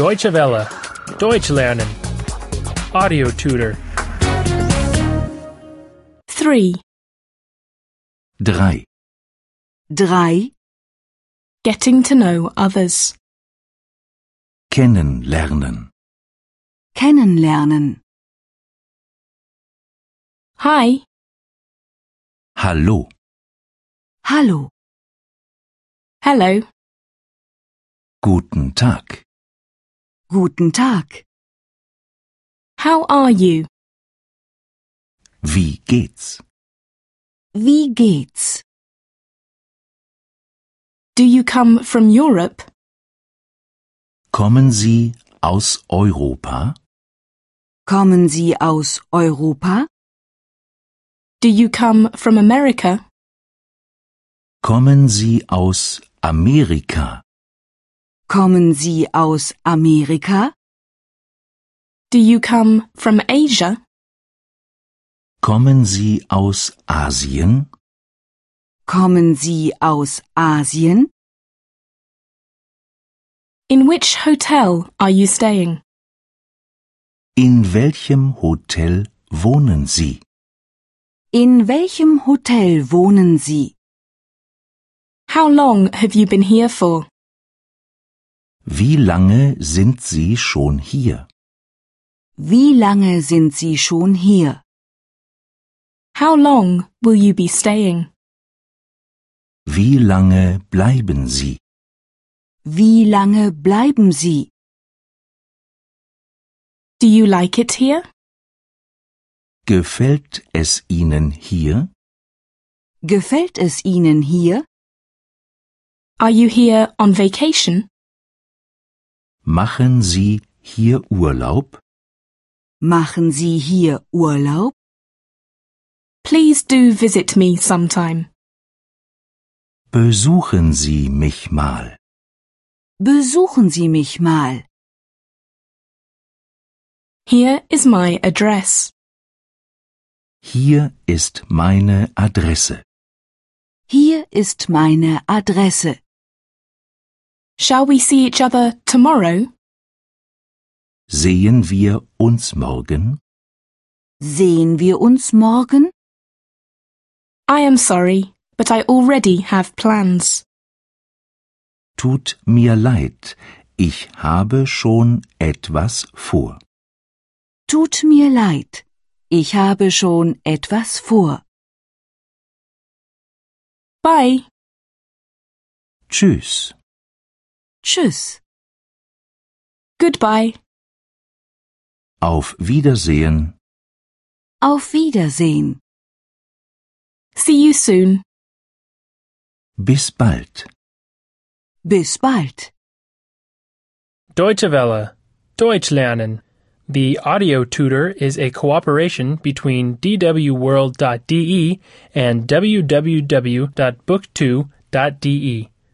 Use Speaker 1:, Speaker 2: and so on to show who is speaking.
Speaker 1: Deutsche Welle. Deutsch lernen. Audio tutor.
Speaker 2: 3.
Speaker 3: 3.
Speaker 4: 3.
Speaker 2: Getting to know others.
Speaker 3: Kennenlernen.
Speaker 4: Kennenlernen.
Speaker 2: Hi,
Speaker 3: Hallo.
Speaker 4: Hallo.
Speaker 2: hello,
Speaker 3: Guten Tag.
Speaker 4: Guten Tag.
Speaker 2: how are you?
Speaker 3: Wie geht's?
Speaker 4: Wie geht's?
Speaker 2: Do you come from Europe?
Speaker 3: Kommen Sie aus Europa?
Speaker 4: Kommen Sie aus Europa?
Speaker 2: Do you come from America?
Speaker 3: Kommen Sie aus Amerika?
Speaker 4: Kommen Sie aus Amerika?
Speaker 2: Do you come from Asia?
Speaker 3: Kommen Sie aus Asien?
Speaker 4: Kommen Sie aus Asien?
Speaker 2: In which hotel are you staying?
Speaker 3: In welchem Hotel wohnen Sie?
Speaker 4: In welchem Hotel wohnen Sie?
Speaker 2: How long have you been here for?
Speaker 3: Wie lange sind Sie schon hier?
Speaker 4: Wie lange sind Sie schon hier?
Speaker 2: How long will you be staying?
Speaker 3: Wie lange bleiben Sie?
Speaker 4: Wie lange bleiben Sie?
Speaker 2: Do you like it here?
Speaker 3: Gefällt es Ihnen hier?
Speaker 4: Gefällt es Ihnen hier?
Speaker 2: Are you here on vacation?
Speaker 3: Machen Sie hier Urlaub?
Speaker 4: Machen Sie hier Urlaub?
Speaker 2: Please do visit me sometime.
Speaker 3: Besuchen Sie mich mal.
Speaker 4: Besuchen Sie mich mal.
Speaker 2: Here is my address.
Speaker 3: Hier ist meine Adresse.
Speaker 4: Hier ist meine Adresse.
Speaker 2: Shall we see each other tomorrow?
Speaker 3: Sehen wir uns morgen?
Speaker 4: Sehen wir uns morgen?
Speaker 2: I am sorry, but I already have plans.
Speaker 3: Tut mir leid, ich habe schon etwas vor.
Speaker 4: Tut mir leid. Ich habe schon etwas vor.
Speaker 2: Bye.
Speaker 3: Tschüss.
Speaker 4: Tschüss.
Speaker 2: Goodbye.
Speaker 3: Auf Wiedersehen.
Speaker 4: Auf Wiedersehen.
Speaker 2: See you soon.
Speaker 3: Bis bald.
Speaker 4: Bis bald.
Speaker 1: Deutsche Welle. Deutsch lernen. The audio tutor is a cooperation between E dwworld.de and www.book2.de.